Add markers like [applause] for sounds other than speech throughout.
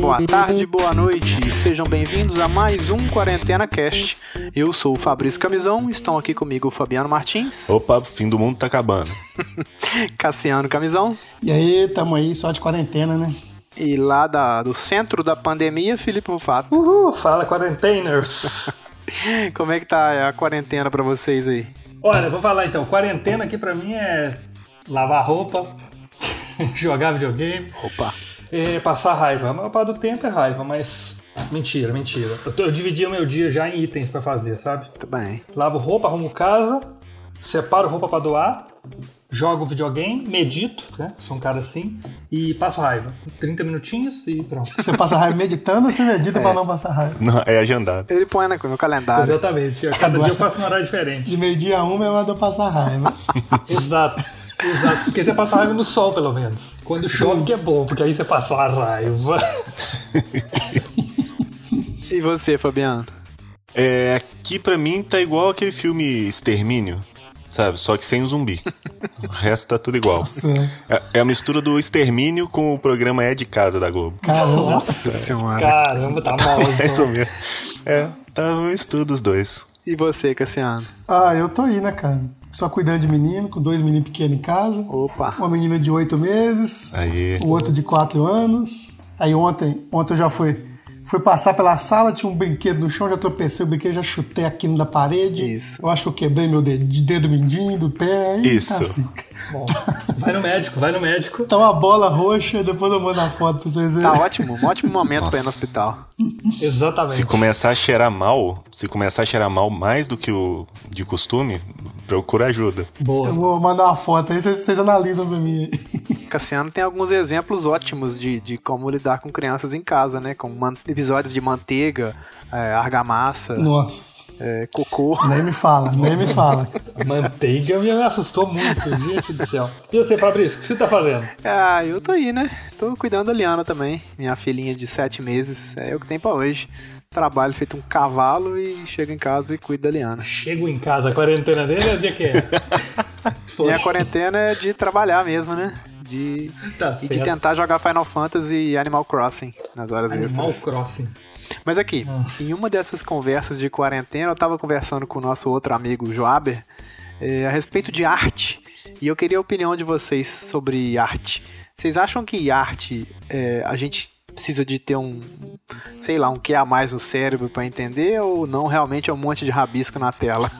boa tarde, boa noite e sejam bem-vindos a mais um Quarentena Cast. Eu sou o Fabrício Camizão, estão aqui comigo o Fabiano Martins, Opa, o fim do mundo tá acabando. [laughs] Cassiano Camizão E aí, tamo aí, só de quarentena, né? e lá da- do centro da pandemia, Felipe Rufato. Uhul, fala quarenteners! Como é que tá a quarentena pra vocês aí? [laughs] Olha, vou falar então, quarentena aqui pra mim é lavar roupa, [laughs] jogar videogame, Opa, e passar raiva. A maior parte do tempo é raiva, mas mentira, mentira. Eu, tô- eu dividi o meu dia já em itens pra fazer, sabe? tudo Tá bem. Lavo roupa, arrumo casa, separo roupa pra doar, jogo videogame, medito, né? Sou um cara assim, e passo raiva. 30 minutinhos e pronto. Você passa raiva meditando ou você medita pra não passar raiva? Não, é agendado. Ele põe na- no calendário. Exatamente. Cada dia eu faço um horário diferente. De meio-dia a uma eu ando passar raiva. Exato. Exato, porque você passa raiva no sol, pelo menos. Quando chove que é bom, porque aí você passa uma raiva. E você, Fabiano? É, aqui pra mim tá igual aquele filme Extermínio, sabe? Só que sem o zumbi. o resto tá tudo igual. Nossa, É, é a mistura do Extermínio com o programa É de Casa da Globo. caramba. Nossa [laughs] senhora. Caramba, tá [laughs] mal. É isso mesmo. É, tá um estudo os dois. E você, Cassiano? Ah, eu tô aí, né, cara? Só cuidando de menino, com dois meninos pequenos em casa. Opa. Uma menina de oito meses, Aí. o outro de quatro anos. Aí ontem, ontem eu já fui, fui passar pela sala, tinha um brinquedo no chão, já tropecei o brinquedo, já chutei aqui na parede. Isso. Eu acho que eu quebrei meu dedo, dedo mindinho do pé. aí Isso. Tá assim. Bom, vai no médico, vai no médico. Tá uma bola roxa, depois eu mando a foto pra vocês verem. Tá ótimo, um ótimo momento pra ir no hospital. Exatamente. Se começar a cheirar mal, se começar a cheirar mal mais do que o de costume, procura ajuda. Eu Boa. vou mandar uma foto aí, vocês, vocês analisam pra mim. Cassiano tem alguns exemplos ótimos de, de como lidar com crianças em casa, né? Com man- episódios de manteiga, é, argamassa, Nossa. é, cocô. Nem me fala, nem me fala. Manteiga me assustou muito, gente do céu. E você, Fabrício, o que você tá fazendo? Ah, eu tô aí, né? Tô cuidando da Liana também, minha filhinha de sete meses. É o que tem pra hoje. Trabalho feito um cavalo e chego em casa e cuido da Liana. Chego em casa, a quarentena dele é o [laughs] dia que é? Minha quarentena é de trabalhar mesmo, né? De, Tá e é de certo. tentar jogar Final Fantasy e Animal Crossing nas horas Animal extras. Crossing. Mas aqui, Hum. em uma dessas conversas de quarentena, eu tava conversando com o nosso outro amigo, Joaber, eh, a respeito de arte. E eu queria a opinião de vocês sobre arte. Vocês acham que arte eh, a gente precisa de ter um, sei lá, um que a mais no cérebro pra entender ou não realmente é um monte de rabisco na tela?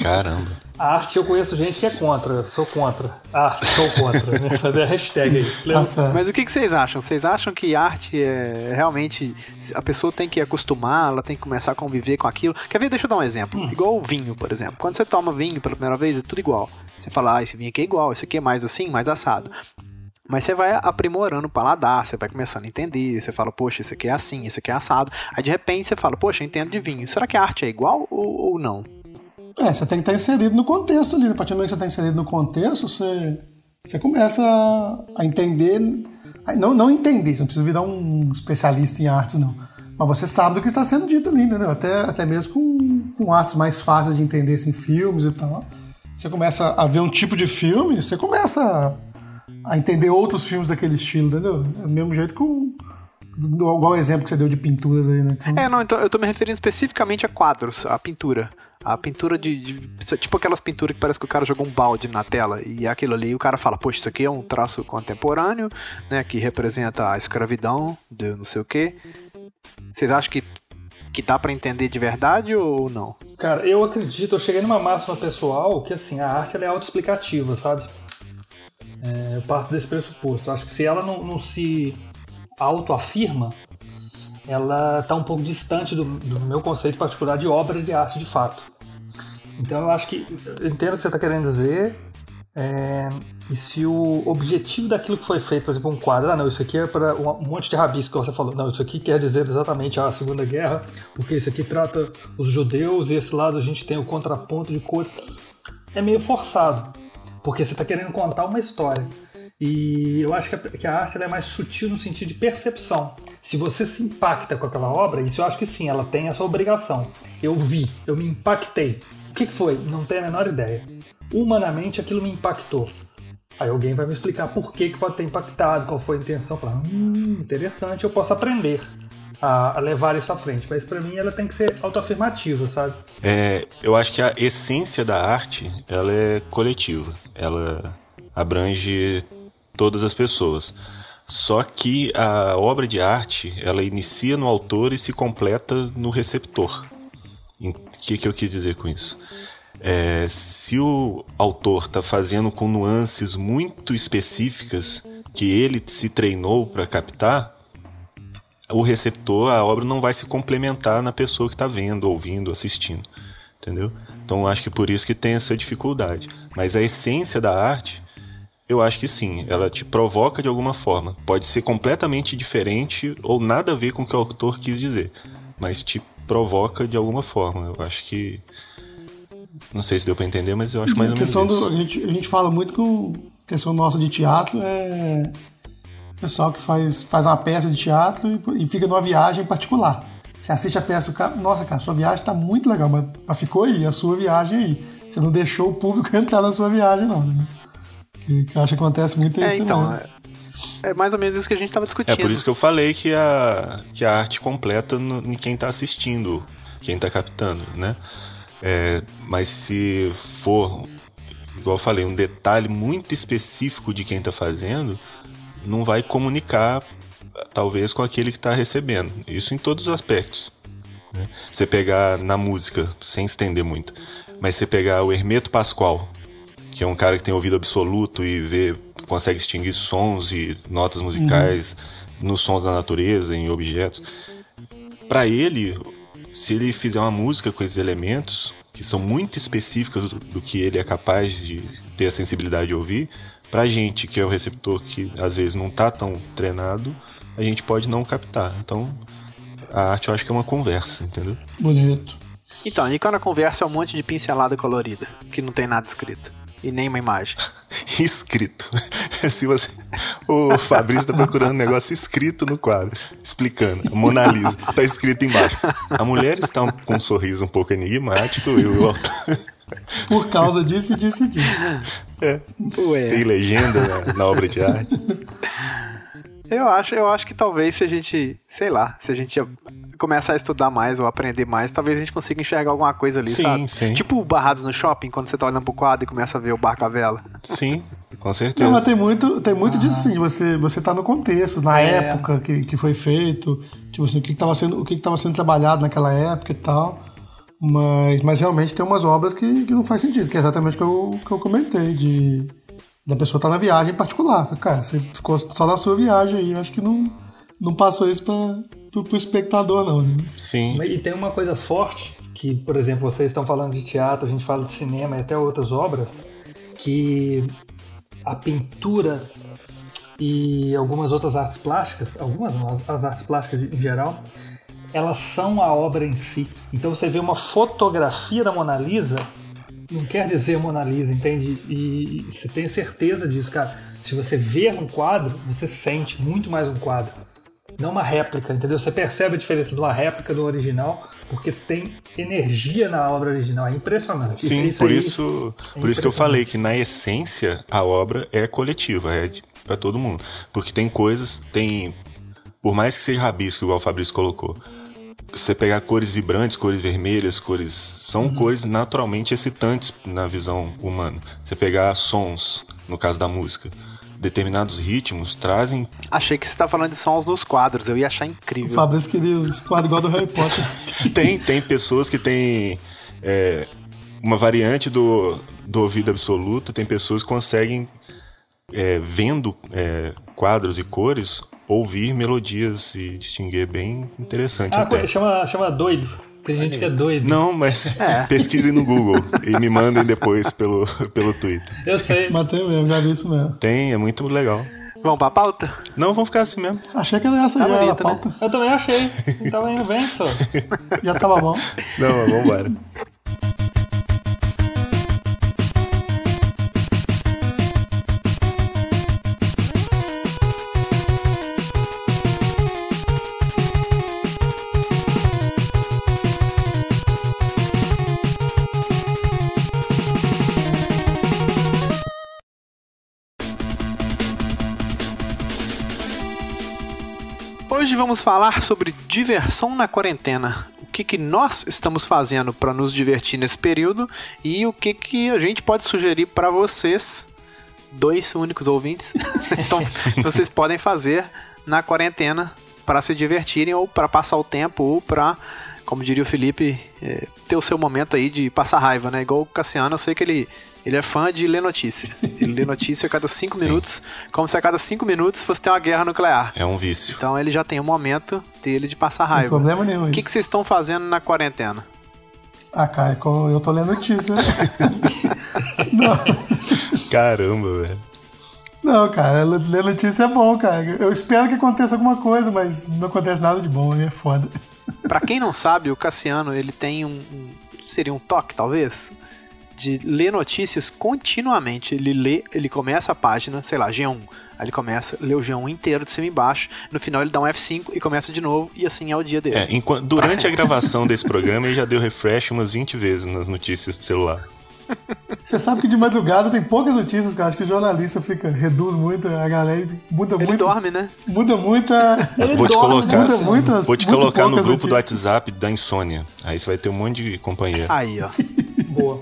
Caramba. A arte eu conheço gente que é contra, eu sou contra. A arte, sou [laughs] contra. né? Fazer a hashtag aí. Lembra? Nossa, Mas o que, que vocês acham? Vocês acham que arte é realmente. A pessoa tem que acostumar, ela tem que começar a conviver com aquilo. Quer ver? Deixa eu dar um exemplo. Igual o vinho, por exemplo. Quando você toma vinho pela primeira vez, é tudo igual. Você fala, ah, esse vinho aqui é igual, esse aqui é mais assim, mais assado. Mas você vai aprimorando o paladar, você vai começando a entender, você fala, poxa, esse aqui é assim, esse aqui é assado. Aí de repente você fala, poxa, eu entendo de vinho. Será que a arte é igual ou, ou não? é, você tem que estar inserido no contexto ali. A partir do momento que você está inserido no contexto, você, você começa a- a entender. a- Não, não entender, você não precisa virar um especialista em artes, não. Mas você sabe do que está sendo dito ali, entendeu? Até, até mesmo com, com artes mais fáceis de entender, assim, filmes e tal. Você começa a ver um tipo de filme, você começa a, a entender outros filmes daquele estilo, entendeu? É o mesmo jeito que o. Igual o exemplo que você deu de pinturas aí, né? Então- É, não, então eu tô me referindo especificamente a quadros, a pintura. A pintura de, de- Tipo aquelas pinturas que parece que o cara jogou um balde na tela e é aquilo ali, e o cara fala, poxa, isso aqui é um traço contemporâneo, né? Que representa a escravidão de não sei o quê. Vocês acham que, que dá pra entender de verdade ou não? Cara, eu acredito, eu cheguei numa máxima pessoal que assim, a arte ela é autoexplicativa, sabe? É, eu parto desse pressuposto. Eu acho que se ela não, não se autoafirma, ela tá um pouco distante do, do meu conceito particular de obra de arte de fato. Então eu acho que eu entendo o que você está querendo dizer. é, e se o objetivo daquilo que foi feito, por exemplo, um quadro, ah, não, isso aqui é para um um monte de rabisco que você falou, não, isso aqui quer dizer exatamente a Segunda Guerra, porque isso aqui trata os judeus e esse lado a gente tem o contraponto de coisas. É meio forçado, porque você está querendo contar uma história. E eu acho que a, que a arte ela é mais sutil no sentido de percepção. Se você se impacta com aquela obra, isso eu acho que sim, ela tem essa obrigação. Eu vi, eu me impactei. O que, que foi? Não tenho a menor ideia. Humanamente aquilo me impactou. Aí alguém vai me explicar por que, que pode ter impactado, qual foi a intenção. Falar, hum, interessante, eu posso aprender. a, a levar isso à frente. Mas pra mim ela tem que ser autoafirmativa, sabe? É, eu acho que a essência da arte, ela é coletiva. Ela abrange todas as pessoas. Só que a obra de arte, ela inicia no autor e se completa no receptor. O que, que eu quis dizer com isso? É, se o autor está fazendo com nuances muito específicas que ele se treinou para captar, o receptor, a obra não vai se complementar na pessoa que está vendo, ouvindo, assistindo. Entendeu? Então acho que por isso que tem essa dificuldade. Mas a essência da arte, eu acho que sim, ela te provoca de alguma forma. Pode ser completamente diferente ou nada a ver com o que o autor quis dizer, mas te provoca de alguma forma. Eu acho que. Não sei se deu para entender, mas eu acho mais a ou menos Uhum. questão do, isso. a, gente, a gente fala muito que o- a questão nossa de teatro é o pessoal que faz, faz uma peça de teatro e, e fica numa viagem particular. Você assiste a peça do cara, nossa, cara, sua viagem tá muito legal, mas, mas ficou aí, a sua viagem aí. Você não deixou o público [laughs] entrar na sua viagem, não. Né? Que, que eu acho que acontece muito isso É, então. também. É, é mais ou menos isso que a gente tava discutindo. É por isso que eu falei que a, que a arte completa no- em quem está assistindo, quem está captando, né? É, mas se for, igual eu falei, um detalhe muito específico de quem está fazendo, não vai comunicar, talvez, com aquele que está recebendo. Isso em todos os aspectos. né? Você pegar na música, sem estender muito, mas você pegar o Hermeto Pascoal, que é um cara que tem ouvido absoluto e vê, consegue distinguir sons e notas musicais nos sons da natureza, em objetos. Pra ele, se ele fizer uma música com esses elementos, que são muito específicos do, do que ele é capaz de ter a sensibilidade de ouvir, pra gente, que é o receptor que às vezes não tá tão treinado, a gente pode não captar. Então, a arte eu acho que é uma conversa, entendeu? é. Bonito. Então, e quando a conversa é um monte de pincelada colorida, que não tem nada escrito. E nem uma imagem. [laughs] escrito. Se você... O Fabrício tá procurando um negócio escrito no quadro, explicando. A Mona Lisa, tá escrito embaixo. A mulher está um- com um sorriso um pouco enigmático e o autor Por causa disso, e disso e disso. tem Ué. legenda na, na obra de arte. Eu acho, eu acho que talvez se a gente, sei lá, se a gente começar a estudar mais ou aprender mais, talvez a gente consiga enxergar alguma coisa ali, Sim, sabe? sim. Tipo o barrados no shopping, quando você tá olhando pro quadro e começa a ver o barco à vela. Sim, com Não, mas certeza. tem muito, tem muito disso sim, de você, você tá no contexto, Ah, na É. época que, que foi feito, tipo assim, o que estava sendo, o que que tava sendo trabalhado naquela época e tal. Mas, mas realmente tem umas obras que, que não faz sentido, que é exatamente o que eu, que eu comentei, de da pessoa estar na viagem particular. Fala, Cara, você ficou só na sua viagem aí, eu acho que não, não passou isso para pro, pro espectador, não. né? Sim. E tem uma coisa forte, que, por exemplo, vocês estão falando de teatro, a gente fala de cinema e até outras obras, que a pintura e algumas outras artes plásticas, algumas não, as, as artes plásticas em geral, elas são a obra em si. Então você vê uma fotografia da Mona Lisa, não quer dizer Mona Lisa, entende? E, e você tem certeza disso, cara. Se você ver um quadro, você sente muito mais um quadro. Não uma réplica, entendeu? Você percebe a diferença de uma réplica do original, porque tem energia na obra original. É impressionante. Sim, por aí- isso, é por isso que eu impressionante. falei que na essência a obra é coletiva, é para todo mundo, porque tem coisas, tem por mais que seja rabisco igual o Fabrício colocou. Você pegar cores vibrantes, cores vermelhas, cores são cores naturalmente excitantes na visão humana. Você pegar sons, no caso da música, determinados ritmos trazem Achei que você tá falando de sons nos quadros, eu ia achar O incrível. Fabrício queria os quadros igual do Harry Potter. [laughs] tem, tem pessoas que têm é, uma variante do, do ouvido absoluto, tem pessoas que conseguem, é, vendo é, quadros e cores, ouvir melodias e distinguir é bem interessante Ah, até. chama, chama doido. Tem gente que é doido. Não, mas [laughs] pesquisem no Google e me mandem depois pelo, pelo Twitter. Eu sei. Mas tem mesmo, já vi isso mesmo. Tem, é muito legal. Vamos pra pauta? Não, vamos ficar assim mesmo. Achei que era essa já, era a bonito, né? pauta. Eu também achei. Então indo bem, só. Já tava [laughs] bom. Não, mas vambora. Hoje Hoje vamos falar sobre diversão na quarentena. O que, que nós estamos fazendo para nos divertir nesse período e o que, que a gente pode sugerir para vocês, dois únicos ouvintes, então, vocês podem fazer na quarentena para se divertirem ou para passar o tempo ou para, como diria o Felipe, é, ter o seu momento aí de passar raiva, né? Igual o Cassiano, eu sei que ele, ele é fã de ler notícia. Ele lê notícia a cada cinco Sim. minutos, como se a cada cinco minutos fosse ter uma guerra nuclear. É um vício. Então ele já tem o momento dele de passar Não tem raiva. problema nenhum. O que, isso. que vocês estão fazendo na quarentena? Ah, cara, co- eu tô lendo notícia. [laughs] não, Caramba, velho. não, cara, ler notícia é bom, cara. Eu espero que aconteça alguma coisa, mas não acontece nada de bom, aí é foda. [laughs] Pra quem não sabe, o Cassiano ele tem um, um- seria um toque talvez de ler notícias continuamente. Ele lê, ele começa a página, sei lá, G1. Aí ele começa, lê o G1 inteiro de cima e embaixo. No final ele dá um F5 e começa de novo e assim é o dia dele. É, enqua- durante a gravação desse programa, ele já deu refresh umas 20 vezes nas notícias do celular. Você sabe que de madrugada tem poucas notícias, cara. Acho que o jornalista fica, reduz muito a galera, e muda Ele muito. dorme, né? [laughs] Muda muita. Ele Vou te dorme, colocar, né? Muda muitas. vou te muito colocar no poucas grupo do notícias. WhatsApp da Insônia. Aí você vai ter um monte de companheiro. Aí, ó. Boa.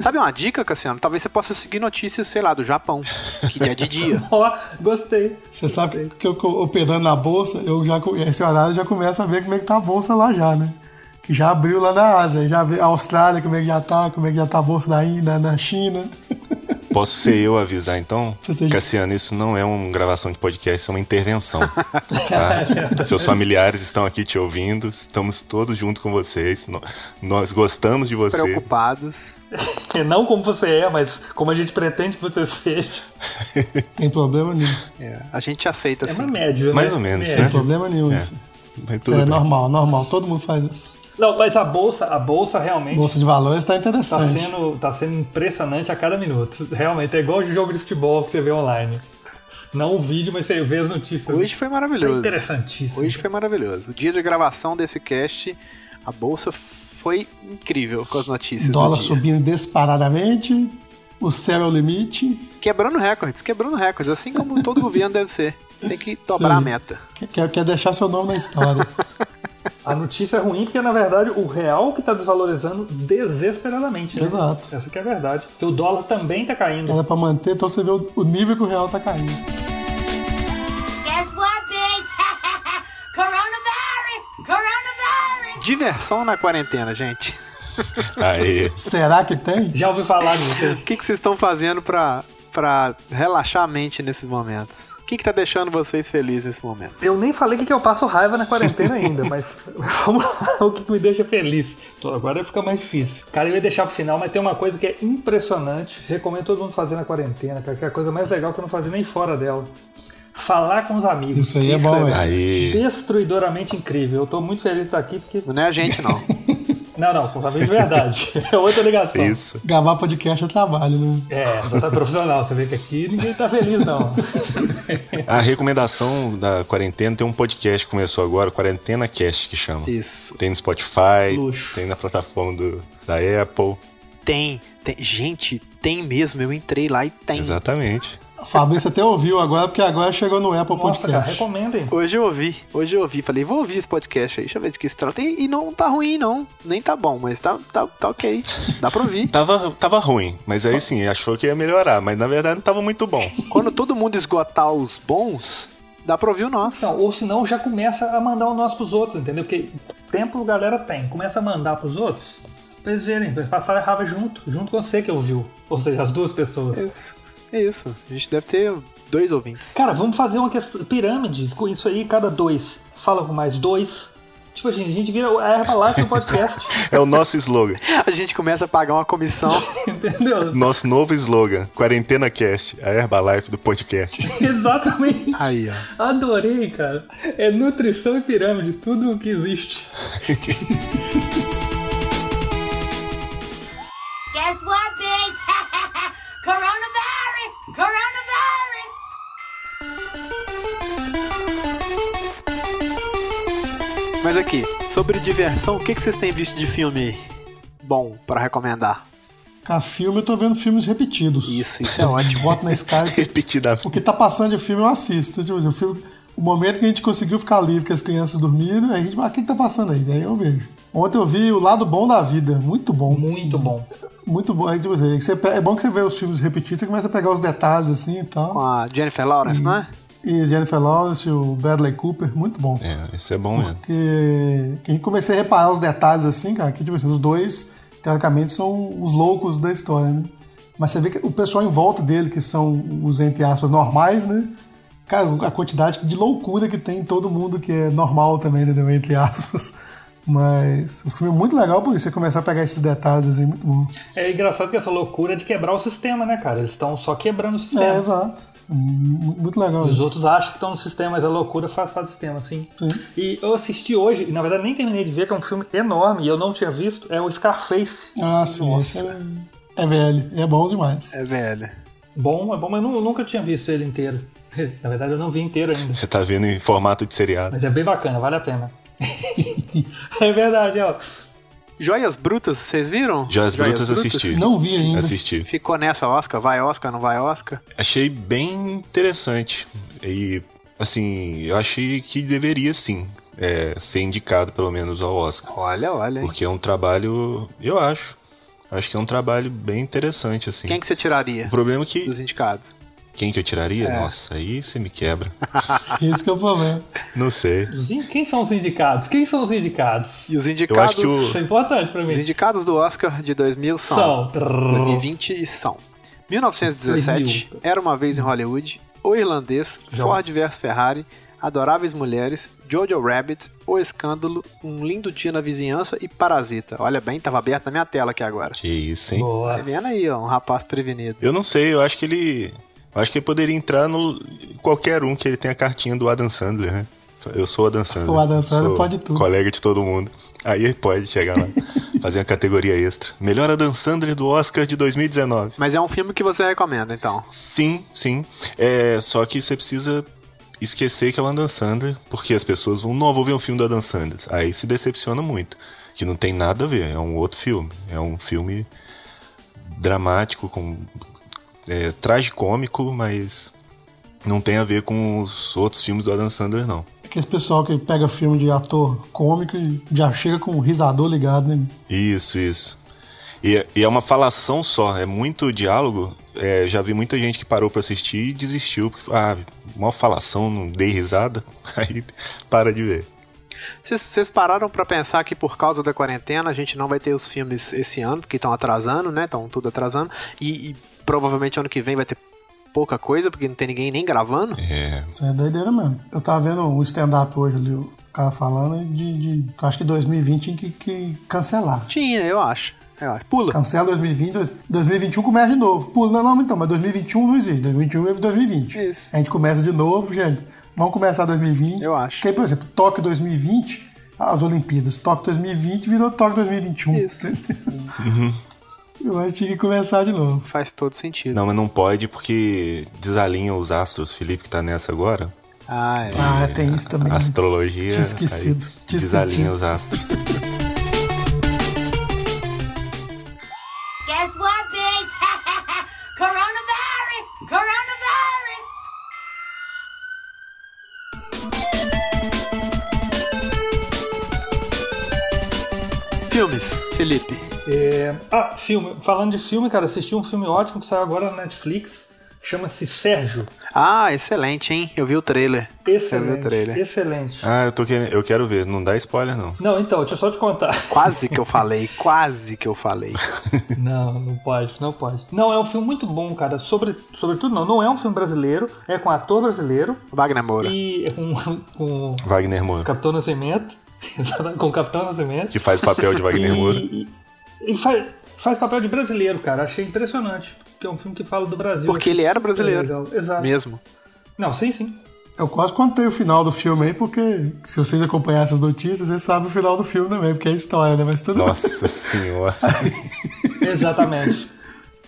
Sabe uma dica, Cassiano? Talvez você possa seguir notícias, sei lá, do Japão, que é de dia. Ó, gostei. Você sabe que eu co- operando na bolsa, eu já, co- esse horário eu já começo a ver como é que tá a bolsa lá já, né? Que já abriu lá na Ásia, já abriu a Austrália, como é que já tá, como é que já tá a bolsa na Índia, na China. [laughs] Posso ser eu a avisar então? Você- Cassiano, isso não é uma gravação de podcast, isso é uma [laughs] intervenção. tá? Seus familiares estão aqui te ouvindo, estamos todos juntos com vocês. no- Nós gostamos de você. Preocupados. E Não como você é, mas como a gente pretende que você seja. Tem problema nenhum, É, a gente aceita, É assim. uma média, Mais né? ou menos, Média. né? problema nenhum É, isso. Mas Isso tudo é bem. normal, normal, todo mundo faz isso. Não, mas a bolsa, a bolsa realmente Bolsa de valores tá tá interessante. sendo, tá sendo impressionante a cada minuto. Realmente, é igual jogo de futebol que você vê online. Não o vídeo, mas você vê as notícias. Hoje foi Tá maravilhoso. interessantíssimo. Hoje foi maravilhoso. O dia de gravação desse cast, a bolsa foi incrível com as notícias. do Dólar dia. subindo disparadamente, o céu é o limite. Quebrando recordes, quebrando recordes, assim como todo [laughs] governo deve ser. Tem que dobrar a Sim. meta. Quer- Quer, quer deixar seu nome [laughs] na história. A notícia é ruim porque, na verdade, o real que tá desvalorizando desesperadamente. né? Exato. Essa que é a verdade. Porque o dólar também tá caindo. Era pra manter, então você vê o, o nível que o real tá caindo. Guess what, bitch? [laughs] Coronavirus! Coronavirus! Diversão na quarentena, gente. Aí, Será que tem? Já ouvi falar disso. O que, que vocês estão fazendo pra, pra relaxar a mente nesses momentos? O que, que tá deixando vocês felizes nesse momento? Eu nem falei que que eu passo raiva na quarentena ainda, mas [laughs] vamos lá, o que que me deixa feliz. Tô- Agora fica mais difícil. Cara, eu ia deixar pro final, mas tem uma coisa que é impressionante. Recomendo todo mundo fazer na quarentena, cara, que é a coisa mais legal que eu não fazia nem fora dela. Falar com os amigos. Isso aí é bom, velho. aí. Destruidoramente incrível. Eu tô muito feliz de estar aqui porque. Não é a gente, [laughs] não. Não, não, com os amigos de verdade. É outra ligação. Isso. Gravar podcast é trabalho, né? É, só tá profissional. Você vê que aqui ninguém tá [laughs] feliz, não. A recomendação da quarentena tem um podcast que começou agora, Quarentena Cast, que chama. Isso. Tem no Spotify, Luxo. tem na plataforma do- da Apple. Tem, tem. Gente, tem mesmo. Eu entrei lá e tem. Exatamente. Fabrício até ouviu agora, porque agora chegou no Apple Nossa, cara, Podcast. recomendem. Hoje eu ouvi, hoje eu ouvi, falei, vou ouvir esse podcast aí, deixa eu ver de que se trata. E, e não tá ruim, não. Nem tá bom, mas tá, tá, tá ok. Dá pra [laughs] ouvir. Tava, tava ruim, mas aí sim, achou que ia melhorar, mas na verdade não tava muito bom. Quando todo mundo esgotar os bons, dá pra ouvir o nosso. Não, ou senão já começa a mandar o nosso pros outros, entendeu? Porque tempo a galera tem. Começa a mandar pros outros, pra eles verem, pra eles passarem a raiva junto, junto com você que ouviu. Ou seja, as duas pessoas. Isso. É isso. A gente deve ter dois ouvintes. [laughs] Cara, vamos fazer uma questão, pirâmide com isso aí, cada dois. Fala com mais dois. Tipo assim, a gente vira a Herbalife do podcast, [laughs] É o nosso slogan, A gente começa a pagar uma comissão. entendeu? nosso novo slogan, Quarentena Cast, a Herbalife do [laughs] podcast. [laughs] Exatamente. Aí, ó. Adorei, cara. É nutrição e pirâmide, tudo o que existe. Guess what, bitch? [laughs] Coronavirus! Coronavirus! Mas aqui, sobre diversão, o que, que vocês têm visto de filme bom pra recomendar? Cara, filme, eu tô vendo filmes repetidos. Isso, isso é ótimo. Boto na Sky. [laughs] Repetida. o que tá passando de filme eu assisto. Tipo, assim, o filme, O momento que a gente conseguiu ficar livre com as crianças dormindo, aí a gente, ah, o que, que tá passando aí? Daí eu vejo. Ontem eu vi o lado bom da vida, muito bom. Muito bom. Muito bom. Aí, tipo assim, você pe- é bom que você vê os filmes repetidos, você começa a pegar os detalhes assim e Com tal. a Jennifer Lawrence, não é? E Jennifer Lawrence, o Bradley Cooper, muito bom. É, esse é bom mesmo. Que, que a gente comecei a reparar os detalhes assim, cara, que tipo assim, os dois, teoricamente, são os loucos da história, né? Mas você vê que o pessoal em volta dele, que são os, entre aspas, normais, né? Cara, a quantidade de loucura que tem em todo mundo que é normal também, entendeu? Entre aspas. Mas o filme é muito legal por isso, você começar a pegar esses detalhes, assim, muito bom. É engraçado que essa loucura de quebrar o sistema, né, cara? Eles estão só quebrando o É, sistema. exato. Mu- Muito legal Os isso. outros acham que estão no sistema, mas a loucura faz parte do sistema, assim. Sim. E eu assisti hoje, e na verdade nem terminei de ver, que é um filme enorme e eu não tinha visto, é o Scarface. Ah, sim, esse é, é velho, é bom demais. É velho. Bom, é bom, mas eu nu- nunca tinha visto ele inteiro. [laughs] na verdade eu não vi inteiro ainda. Você tá vendo em formato de seriado. Mas é bem bacana, vale a pena. [laughs] é verdade, ó. Joias Brutas, vocês viram? Joias Brutas assisti. Não vi ainda. É assim. Assisti. Ficou nessa Oscar, vai Oscar, não vai Oscar? Achei bem interessante. E, assim, eu achei que deveria sim é, ser indicado pelo menos ao Oscar. Olha, olha. hein? Porque é um trabalho, eu acho. Acho que é um trabalho bem interessante, assim. Quem que você tiraria O problema é que. dos indicados? Quem que eu tiraria? É. Nossa, aí você me quebra. Esse que é o problema. Não sei. Os in- Quem são os indicados? Quem são os indicados? E os Eu indicados, acho que o. Isso é importante pra os mim. indicados do Oscar de 2000 são... São. Trrr. 2020 são 1917, Era Uma Vez em Hollywood, O Irlandês, Já. Ford vs Ferrari, Adoráveis Mulheres, Jojo Rabbit, O Escândalo, Um Lindo Dia na Vizinhança e Parasita. Olha bem, tava aberto na minha tela aqui agora. Que isso, hein? Tá Boa. vendo aí, ó, um rapaz prevenido. Eu não sei, eu acho que ele. eu acho que ele poderia entrar no. qualquer um que ele tenha a cartinha do Adam Sandler, né? Eu sou o Adam Sandler. O Adam Sandler sou pode tudo. Colega de todo mundo. Aí ele pode chegar [laughs] lá, fazer uma categoria extra. Melhor Adam Sandler do Oscar de 2019. Mas é um filme que você recomenda, então. Sim, sim. É, só que você precisa esquecer que é o Adam Sandler, porque as pessoas vão, não, vou ver um filme do Adam Sandler. Aí se decepciona muito. Que não tem nada a ver, é um outro filme. É um filme dramático, com é, tragicômico, mas não tem a ver com os outros filmes do Adam Sandler, não. Aquele pessoal que pega filme de ator cômico e já chega com o risador ligado, né? Isso, isso. E, e é uma falação só, é muito diálogo. É, já vi muita gente que parou pra assistir e desistiu. Porque, ah, uma falação, não dei risada. [laughs] Aí para de ver. Vocês- Vocês pararam pra pensar que por causa da quarentena a gente não vai ter os filmes esse ano, que estão atrasando, né? Estão tudo atrasando. E, e provavelmente ano que vem vai ter pouca coisa, porque não tem ninguém nem gravando. É, Isso é doideira mesmo. Eu tava vendo um stand-up hoje ali, o cara falando né, de. de- que eu acho que 2020 tinha que, que cancelar. Tinha, eu acho. Eu acho. Pula. Cancela 2020, dois- 2021 começa de novo. Pula, não, não, então, mas 2021 não existe. 2021 é 2020. Isso. A gente começa de novo, gente. Vamos começar 2020. Eu acho. Porque, por exemplo, Tóquio 2020, as Olimpíadas, Tóquio 2020 virou Tóquio 2021. Isso. [laughs] Eu acho que tinha que começar de novo. Faz todo sentido. Não, mas não pode porque desalinha os astros. Felipe que tá nessa agora. Ah, é. Ah, tem isso também. A astrologia. Tinha esquecido, aí tinha desalinha esquecido. os astros. Guess what, bitch? [laughs] Coronavirus! Coronavirus! Filmes, Felipe. É, Ah, filme. Falando de filme, cara, assisti um filme ótimo que saiu agora na Netflix. Chama-se Sérgio. Ah, excelente, hein? Eu vi o trailer. Eu vi o Excelente. trailer. Excelente. Ah, eu tô querendo. Eu quero ver. Não dá spoiler, não. Não, então, deixa eu só te contar. Quase que eu falei, quase que eu falei. [laughs] Não, não pode, não pode. Não, é um filme muito bom, cara. Sobre, sobretudo não, não é um filme brasileiro, é com ator brasileiro Wagner Moura. e é com, [laughs] com o Wagner Moura. Capitão Nascimento. [laughs] com o Capitão Nascimento. Que faz papel de Wagner [laughs] Moura. E, e- ele faz, faz papel de brasileiro, cara. Achei impressionante. Porque é um filme que fala do Brasil. Porque Achei ele era super brasileiro. legal. Exato. Mesmo. Não, sim, sim. [laughs] Eu quase contei o final do filme aí, porque se vocês acompanharem essas notícias, vocês sabem o final do filme também, porque é história, né? Mas tudo bem. Nossa senhora. Exatamente.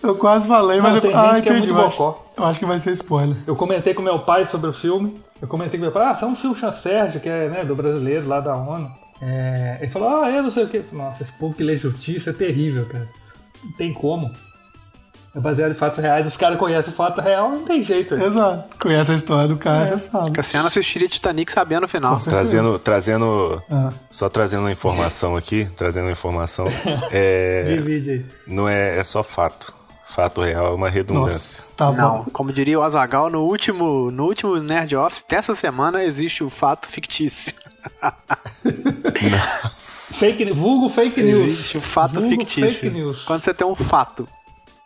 Eu quase falei, Não, mas tem eu... ah, gente que é entendi. muito eu, acho, bocó. eu acho que vai ser spoiler. Eu comentei com meu pai sobre o filme. Eu comentei com meu pai, ah, isso é um filme chama Sérgio, que é né, do brasileiro lá da ONU. É, ele falou, ah, é, não sei o quê. Nossa, esse povo que lê justiça é terrível, cara. Não tem como. É baseado em fatos reais, os caras conhecem o fato real, não tem É. jeito. né? Exato. Conhece a história do cara, É. já sabe. assim. Cassiano assistiria Titanic sabendo o final. Com certeza. Trazendo, trazendo, Tá Ah. só trazendo uma informação aqui, trazendo uma informação, é, Divide aí. não é, é só fato. Fato real é uma redundância. Nossa, tá É. Não, bom. como diria o Azagal, no último, no último Nerd Office dessa semana existe o fato fictício. Fake, vulgo fake news. Existe o fato vulgo fictício. Fake news. Quando você tem um fato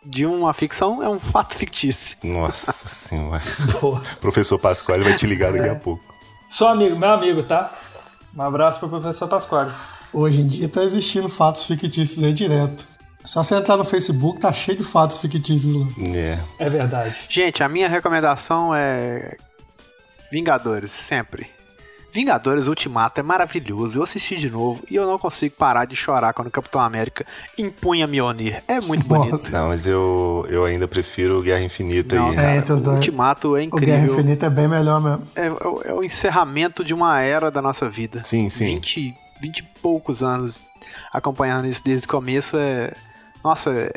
de uma ficção, é um fato fictício. Nossa [laughs] senhora. [laughs] Boa. Professor Pascoal vai te ligar daqui a pouco. Só amigo, meu amigo, tá? Um abraço pro professor Pasquale. Hoje em dia tá existindo fatos fictícios aí direto. Só você entrar no Facebook, tá cheio de fatos fictícios lá. É. [laughs] É verdade. Gente, a minha recomendação é Vingadores, sempre. Vingadores Ultimato é maravilhoso. Eu assisti de novo e eu não consigo parar de chorar quando o Capitão América empunha Mjolnir. É [laughs] muito bonito. Nossa. Não, mas eu, eu ainda prefiro Guerra Infinita Não, e cara, entre os o dois. Ultimato é O Guerra incrível. Infinita é bem melhor mesmo. [laughs] é, é o- é o encerramento de uma era da nossa vida. Sim, sim. 20, 20 e poucos anos acompanhando isso desde o começo é. Nossa, é,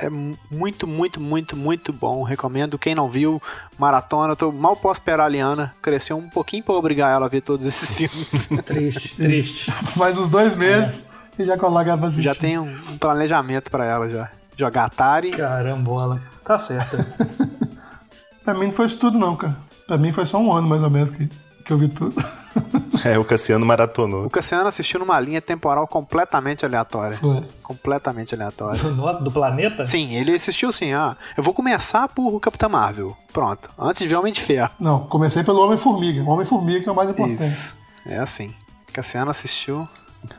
é muito, muito, muito, muito bom. Recomendo. Quem não viu, maratona. Eu tô, mal posso esperar a Liana crescer um pouquinho pra eu obrigar ela a ver todos esses [laughs] filmes. Triste, triste. Mais uns dois meses e já coloca ela pra assistir. É. já tem um, um planejamento pra ela já. Jogar Atari. Carambola. Tá certo. Pra mim não foi isso tudo, não, cara. Pra mim foi só um ano mais ou menos que, que eu vi tudo. [laughs] É, o Cassiano maratonou. O Cassiano assistiu numa linha temporal completamente aleatória. Ué. Completamente aleatória. Do, no- do planeta? Sim, ele assistiu assim, ah, eu vou começar por Capitã Marvel. Pronto. Antes de ver Homem de Ferro. [laughs] Não, comecei pelo Homem-Formiga. O Homem-Formiga que é o mais importante. Isso. É assim. Cassiano assistiu.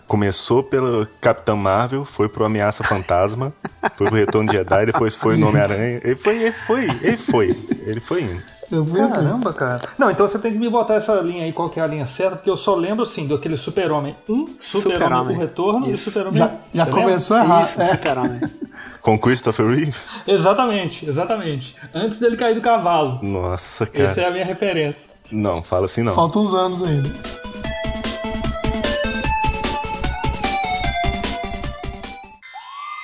Começou pelo Capitão Marvel, foi pro Ameaça Fantasma, foi pro Retorno de Jedi, depois foi no Homem-Aranha. Ele foi, ele foi, ele foi. Ele foi indo. Eu vi assim. Caramba, cara. Não, então você tem que me botar essa linha aí, qual que é a linha certa, porque eu só lembro, assim, do aquele Super-Homem 1, Super-Homem Super-Homem. o Retorno e Isso. Super-Homem um. Já, já Você começou Isso, errado. É. Super-Homem. Com Christopher Reeves? lembra? Exatamente, exatamente. Antes dele cair do cavalo. Nossa, cara. Essa é a minha referência. Não, fala assim não. Faltam uns anos ainda.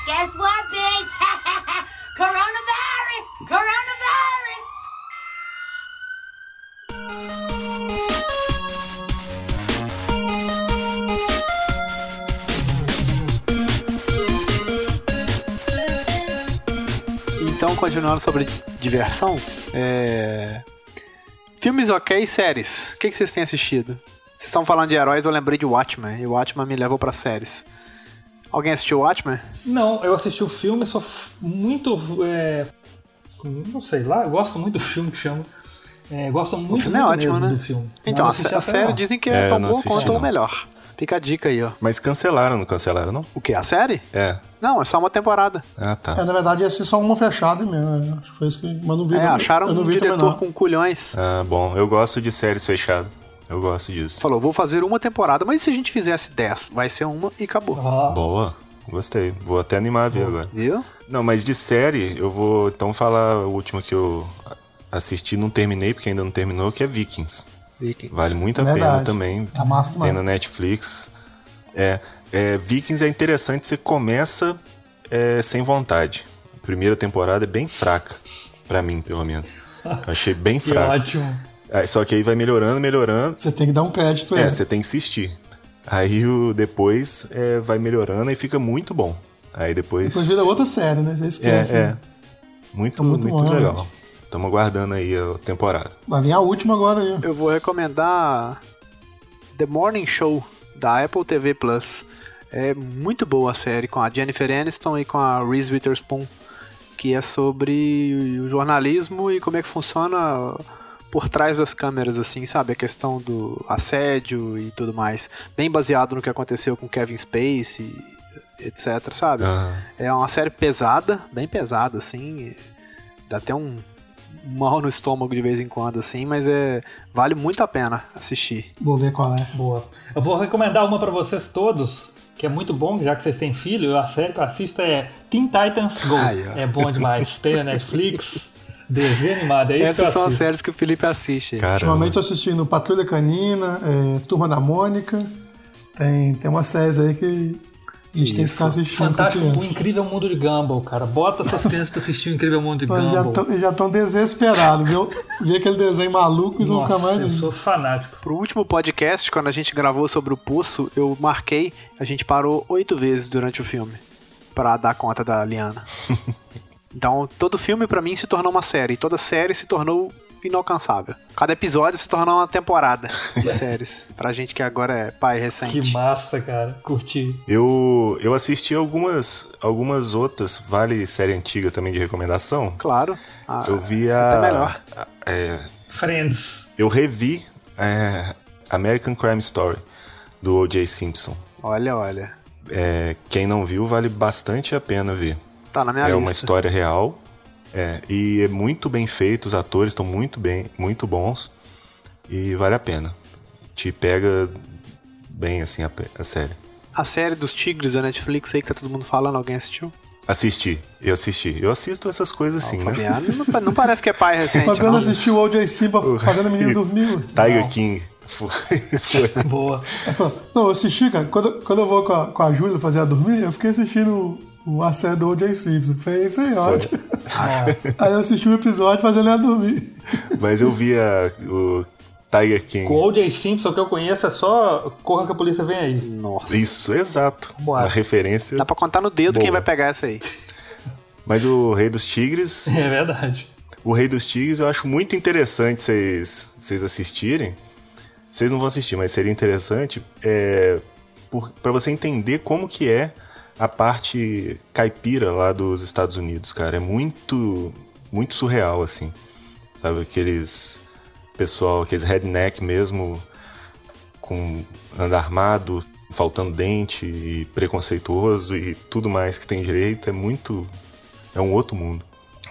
Guess what, bitch? [laughs] Coronavirus! Coronavirus! Então, continuando sobre diversão, é... filmes ok, séries. O que, que vocês têm assistido? Vocês estão falando de heróis, eu lembrei de Watchmen. E Watchmen me levou pra séries. Alguém assistiu Watchmen? Não, eu assisti o filme, sou f- muito. é, não sei lá, eu gosto muito do filme que chama. É, gosto muito, filme é muito ótimo, mesmo né? do filme. Então, Mas a, assisti sé- a até série lá. dizem que É, é, eu tão não boa assisti, quanto ou não. melhor. Fica a dica aí, ó. Mas cancelaram, não cancelaram, não? O que? A série? É. Não, é só uma temporada. Ah, É, tá. na verdade, ia ser só uma fechada mesmo. é. Acho que foi isso que. Mas não vi. É, também. acharam eu não um vi também, diretor não. É. com culhões. Ah, bom. Eu gosto de séries fechadas. Eu gosto disso. Falou, vou fazer uma temporada, mas e se a gente fizesse 10? Vai ser uma e acabou. Ó, Boa. Gostei. Vou até animar a ver agora. Viu? Não, mas de série, eu vou então falar o último que eu assisti, não terminei, porque ainda não terminou, que é Vikings. Vikings. Vale muito a Verdade. pena também. Tá massa demais. Tem na Netflix. É, é, Vikings é interessante, você começa é, sem vontade. A primeira temporada é bem fraca, pra mim, pelo menos. Eu achei bem que fraca. ótimo. Aí, Só que aí vai melhorando, melhorando. Você tem que dar um crédito. É, né? você tem que insistir. Aí o, depois é, vai melhorando e fica muito bom. Aí Depois vira outra série, né? Você esquece. é, é. né? Muito, Tá muito muito, bom, legal. realmente. Estamos aguardando aí a temporada. Vai vir a última agora aí. Eu vou recomendar The Morning Show da Apple TV Plus. É muito boa a série com a Jennifer Aniston e com a Reese Witherspoon, que é sobre o jornalismo e como é que funciona por trás das câmeras, assim, sabe? A questão do assédio e tudo mais. Bem baseado no que aconteceu com Kevin Spacey, etc, sabe? Ah, É uma série pesada, bem pesada, assim. Dá até um mal no estômago de vez em quando, assim, mas é. Vale muito a pena assistir. Vou ver qual é. Boa. Eu vou recomendar uma pra vocês todos, que é muito bom, já que vocês têm filho. A série que eu assisto é Teen Titans Go. Aí, ó. é bom demais. tem na Netflix, desenho animado. É isso que eu Essas são as assisto. séries que o Felipe assiste. caramba. Ultimamente eu assistindo Patrulha Canina, é, Turma da Mônica. Tem, tem umas séries aí que A gente tem que Isso. ficar assistindo com as Fantástico, o crianças. Incrível Mundo de Gumball, cara. Bota essas [laughs] crianças pra assistir o Incrível Mundo de Então, Eles já Gumball. tão- eles já estão desesperados, viu? Ver aquele desenho maluco, eles vão Nossa, ficar mais. eu sou fanático. Pro último podcast, quando a gente gravou sobre o Poço, eu marquei, a gente parou oito vezes durante o filme pra dar conta da Liana. então, todo filme pra mim se tornou uma série, e toda série se tornou inalcançável. Cada episódio se tornou uma temporada de séries, pra gente que agora é pai recente. Que massa, cara. Curti. Eu, eu assisti algumas, algumas outras, vale série antiga também de recomendação. Claro. Ah, eu vi até a. melhor. a- é, [laughs] Friends. eu revi é, American Crime Story, do O.J. Simpson. Olha, olha. É, quem não viu, vale bastante a pena ver. Tá na minha é lista. uma história real. é, e é muito bem feito, os atores estão muito bem, muito bons. E vale a pena. Te pega bem assim a, pe- a série. A série dos tigres da Netflix aí que tá todo mundo falando, alguém assistiu? Assisti, eu assisti. Eu assisto essas coisas assim, O né? Fabiano não, pa- não parece que é pai recente, Fabiano não. assistiu o O.J. Simba fazendo a [laughs] menina dormir. ué. Tiger King. [laughs] Foi, foi. Boa. Ela falou, não, eu assisti, cara. Quando, quando eu vou com a, com a Júlia fazer ela dormir, eu fiquei assistindo o, o a série do O.J. Simpson. Falei, isso aí, ótimo. Ah, [laughs] Nossa. Aí eu assisti o episódio fazendo ela dormir. Mas eu via o Tiger King. Com o O.J. Simpson que eu conheço é só Corra que a Polícia Vem Aí. [laughs] Nossa. Isso, exato. Uma Boa. referência. Dá pra contar no dedo Boa. quem vai pegar essa aí. Mas o Rei dos Tigres. É verdade. O Rei dos Tigres eu acho muito interessante vocês vocês assistirem. Vocês não vão assistir, mas seria interessante é, por- pra você entender como que é a parte caipira lá dos Estados Unidos, cara. É muito, muito surreal, assim. Sabe, aqueles pessoal, aqueles redneck mesmo, com andar armado, faltando dente e preconceituoso e tudo mais que tem direito. É muito... é um outro mundo.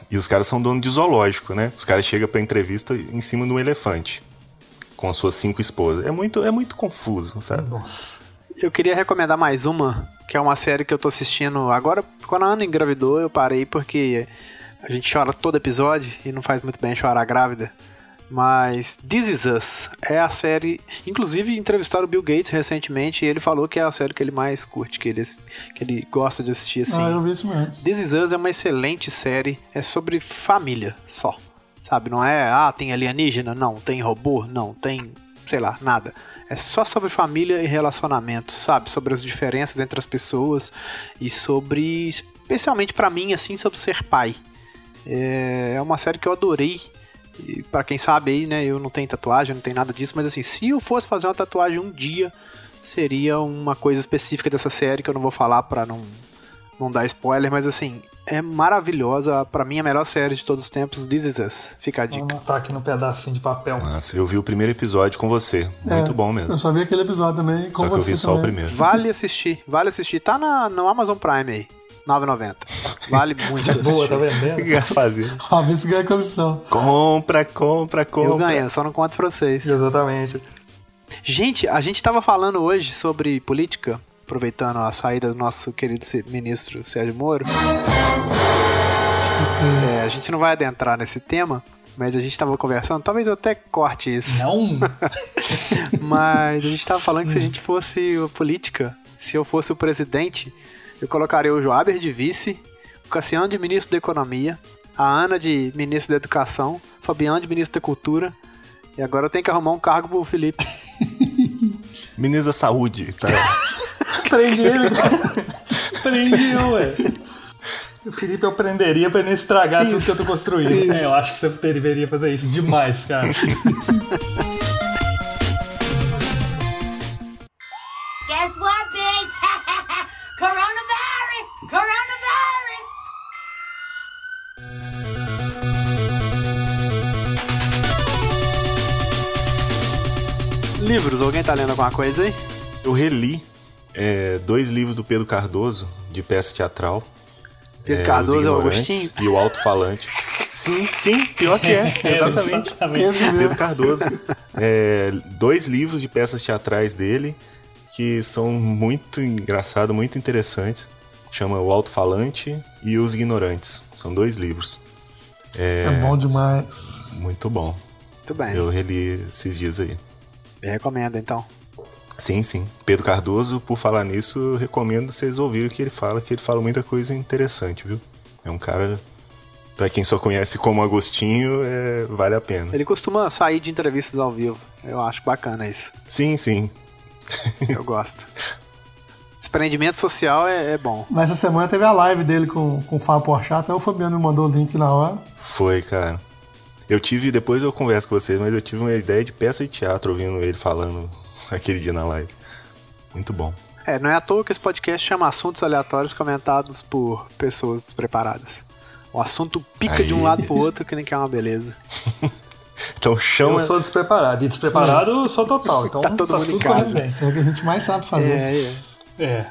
E os caras são dono de zoológico, né? Os caras chegam pra entrevista em cima de um elefante. Com as suas cinco esposas. É muito, é muito confuso, sabe? Nossa. Eu queria recomendar mais uma, que é uma série que eu tô assistindo agora. Quando a Ana engravidou, eu parei porque a gente chora todo episódio e não faz muito bem chorar grávida. Mas This Is Us é a série. Inclusive, entrevistaram o Bill Gates recentemente e ele falou que é a série que ele mais curte, que ele, que ele gosta de assistir assim. Ah, eu vi isso mesmo. This Is Us é uma excelente série, é sobre família só. Sabe, não é, ah, tem alienígena, não, tem robô, não, tem, sei lá, nada. É só sobre família e relacionamento, sabe? Sobre as diferenças entre as pessoas e sobre, especialmente pra mim, assim, sobre ser pai. É é uma série que eu adorei. E para quem sabe aí, né, eu não tenho tatuagem, não tenho nada disso, mas assim, se eu fosse fazer uma tatuagem um dia, seria uma coisa específica dessa série que eu não vou falar pra não não dar spoiler, mas assim, é maravilhosa, Pra mim a melhor série de todos os tempos, This Is Us. Fica a Vou dica. anotar Tá aqui num pedacinho de papel. Ah, Nossa, eu vi o primeiro episódio com você. Muito É, bom mesmo. Eu Só só vi aquele episódio também com que eu você vi só o também. primeiro. Vale assistir, vale assistir. Tá na, no Amazon Prime aí, 9,90. Vale [laughs] muito. Boa, tá assistir. [laughs] O que vendendo? que eu ia fazer? Ah, vê se ganha comissão. Compra, compra, compra. Eu ganho, só não conto pra vocês. Exatamente. Gente, a gente tava falando hoje sobre política, aproveitando a saída do nosso querido se- ministro Sérgio Moro. Esse- É, a gente não vai adentrar nesse tema, mas a gente tava conversando, talvez eu até corte isso. Não? Mas a gente tava falando que se a gente fosse a política, se eu fosse o presidente, eu colocaria o Joaber de vice, o Cassiano de ministro da Economia, a Ana de ministro da Educação, o Fabiano de ministro da Cultura, e agora eu tenho que arrumar um cargo pro Felipe. Ministro da Saúde, tá? Prende [laughs] ele. Prende eu, ué. O Felipe eu prenderia pra ele não estragar tudo que eu tô construindo. É, eu acho que você deveria fazer isso demais, cara. Guess what, bitch? [laughs] Coronavirus! Coronavirus! Livros, alguém tá lendo alguma coisa aí? Eu reli é, dois livros do Pedro Cardoso, de peça teatral. Pedro é, Os Cardoso, Ignorantes Augustinho. E o Alto-Falante. [laughs] Sim, sim, pior que [laughs] é, exatamente. Esse mesmo. Pedro [laughs] Cardoso. É, dois livros de peças teatrais dele que são muito engraçados, muito interessantes. Chama O Alto-Falante e Os Ignorantes. São dois livros. É. bom demais. Muito bom. É. Muito bem, Eu reli esses dias aí. me recomendo então. Sim, sim. Pedro Cardoso, por falar nisso, eu recomendo vocês ouvirem o que ele fala, que ele fala muita coisa interessante, viu? É um cara, pra quem só conhece como Agostinho, é, vale a pena. Ele costuma sair de entrevistas ao vivo. Eu acho bacana isso. Sim, sim. Eu [laughs] gosto. Desprendimento social é, é bom. Mas essa semana teve a live dele com, com o Fábio Porchat, até o Fabiano me mandou o link na hora. Foi, cara. Eu tive, depois eu converso com vocês, mas eu tive uma ideia de peça de teatro ouvindo ele falando [laughs] aquele dia na live. Muito bom. É, não é à toa que esse podcast chama assuntos aleatórios comentados por pessoas despreparadas. O assunto pica Aí. de um lado pro outro que nem que é uma beleza. Então Eu chama. sou despreparado. E despreparado eu sou total. Então Tá todo mundo em tudo casa. correndo bem. Isso é o que a gente mais sabe fazer. É, é. É.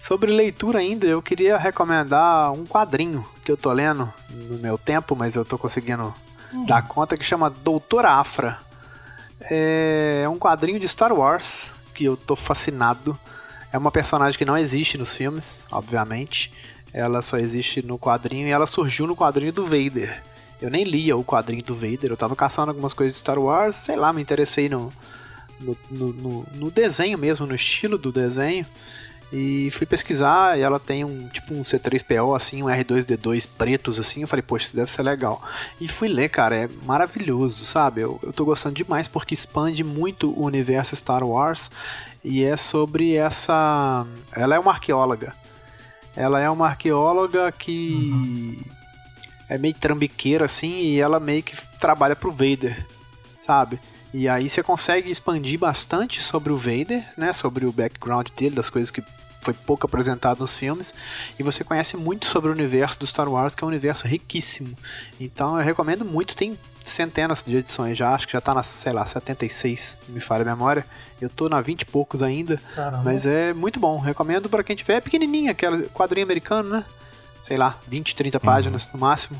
Sobre leitura ainda, eu queria recomendar um quadrinho que eu tô lendo no meu tempo, mas eu tô conseguindo dar conta, que chama Doutora Afra. É um quadrinho de Star Wars que eu tô fascinado. É uma personagem que não existe nos filmes, obviamente. Ela só existe no quadrinho e ela surgiu no quadrinho do Vader. Eu nem lia o quadrinho do Vader, eu tava caçando algumas coisas de Star Wars, sei lá, me interessei no, no, no- no- no desenho mesmo, no estilo do desenho. E fui pesquisar e ela tem um tipo um C3PO assim, um R2D2 pretos assim. Eu falei, poxa, isso deve ser legal. E fui ler, cara, é maravilhoso, sabe? Eu, eu tô gostando demais porque expande muito o universo Star Wars e é sobre essa. Ela é uma arqueóloga. Ela é uma arqueóloga que é meio trambiqueira assim e ela meio que trabalha pro Vader, sabe? E aí você consegue expandir bastante sobre o Vader, né? Sobre o background dele, das coisas que foi pouco apresentado nos filmes. E você conhece muito sobre o universo do Star Wars, que é um universo riquíssimo. Então eu recomendo muito, tem centenas de edições já, acho que já tá na, sei lá, 76, me falha a memória. Eu tô na 20 e poucos ainda. Caramba. Mas é muito bom, recomendo pra quem tiver. É pequenininha, aquela quadrinho americano, né? Sei lá, 20, 30 Uhum. páginas no máximo.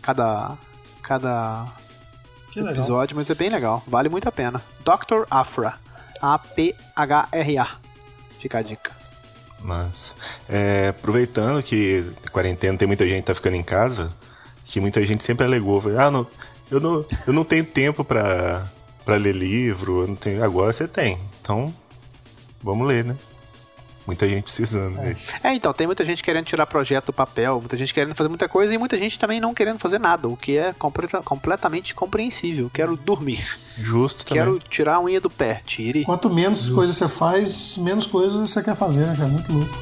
Cada, cada que legal. episódio, mas é bem legal. Vale muito a pena. Dr. Afra. A-P-H-R-A. Fica a dica. Mas, é, aproveitando que quarentena tem muita gente que tá ficando em casa, que muita gente sempre alegou, falou, ah, não, eu não, eu não tenho tempo pra, pra ler livro, eu não tenho. Agora você tem. Então, vamos ler, né? Muita gente precisando. né? É, então, tem muita gente querendo tirar projeto do papel, muita gente querendo fazer muita coisa e muita gente também não querendo fazer nada, o que é completa- completamente compreensível. Quero dormir, Justo também. quero tirar a unha do pé, tire. Quanto menos coisas você faz, menos coisas você quer fazer, né, cara? Muito louco.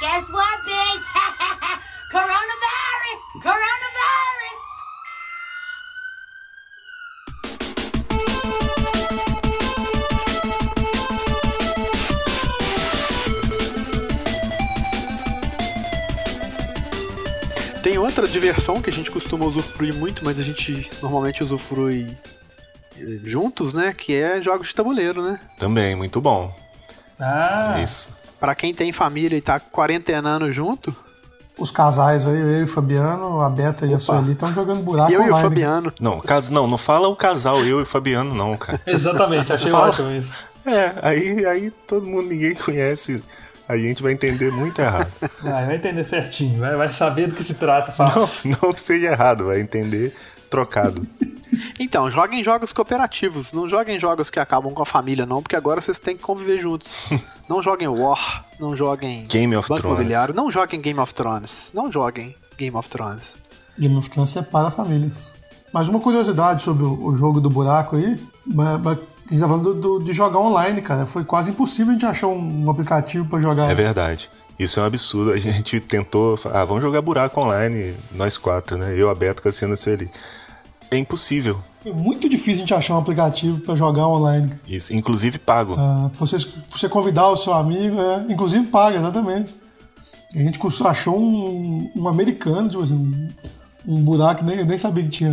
Guess what, bitch? [laughs] Coronavirus! Coronavirus! Tem outra diversão que a gente costuma usufruir muito, mas a gente normalmente usufrui eh, juntos, né? Que é jogos de tabuleiro, né? Também, muito bom. Ah, É isso. Pra quem tem família e tá quarentenando junto, Os casais aí, eu e o Fabiano, a Beta e a Sueli, estão jogando Tá buraco eu e o online. Fabiano. Não, caso, não, não fala o casal, eu e o Fabiano, [laughs] não, cara. exatamente. [laughs] Achei Fala. ótimo isso. É, aí, aí todo mundo, ninguém conhece. A gente vai entender muito errado. [laughs] Ah, vai entender certinho. Vai, vai saber do que se trata Não, fácil. não seja errado, vai entender trocado. Então, joguem jogos cooperativos. Não joguem jogos que acabam com a família, não, porque agora vocês têm que conviver [laughs] juntos. não joguem War, não joguem Game of Banco Thrones. Imobiliário, não joguem Game of Thrones. Não joguem Game of Thrones. Game of Thrones separa famílias. Mas uma curiosidade sobre o, o jogo do buraco aí, ma- ma- a gente tá falando do- do- de jogar online, cara. Foi quase impossível a gente achar um, um aplicativo pra jogar. É verdade. Isso é um absurdo. A gente tentou. fa- Ah, vamos jogar buraco online, nós quatro, né? Eu, a Beto, Cassiano e a Sueli. É impossível. Foi muito difícil a gente achar um aplicativo pra jogar online. cara. Isso, inclusive pago. Ah, você, você convidar o seu amigo, é, inclusive paga, exatamente. A gente cus- achou um, um americano, tipo assim, um, um buraco, nem, eu nem sabia que tinha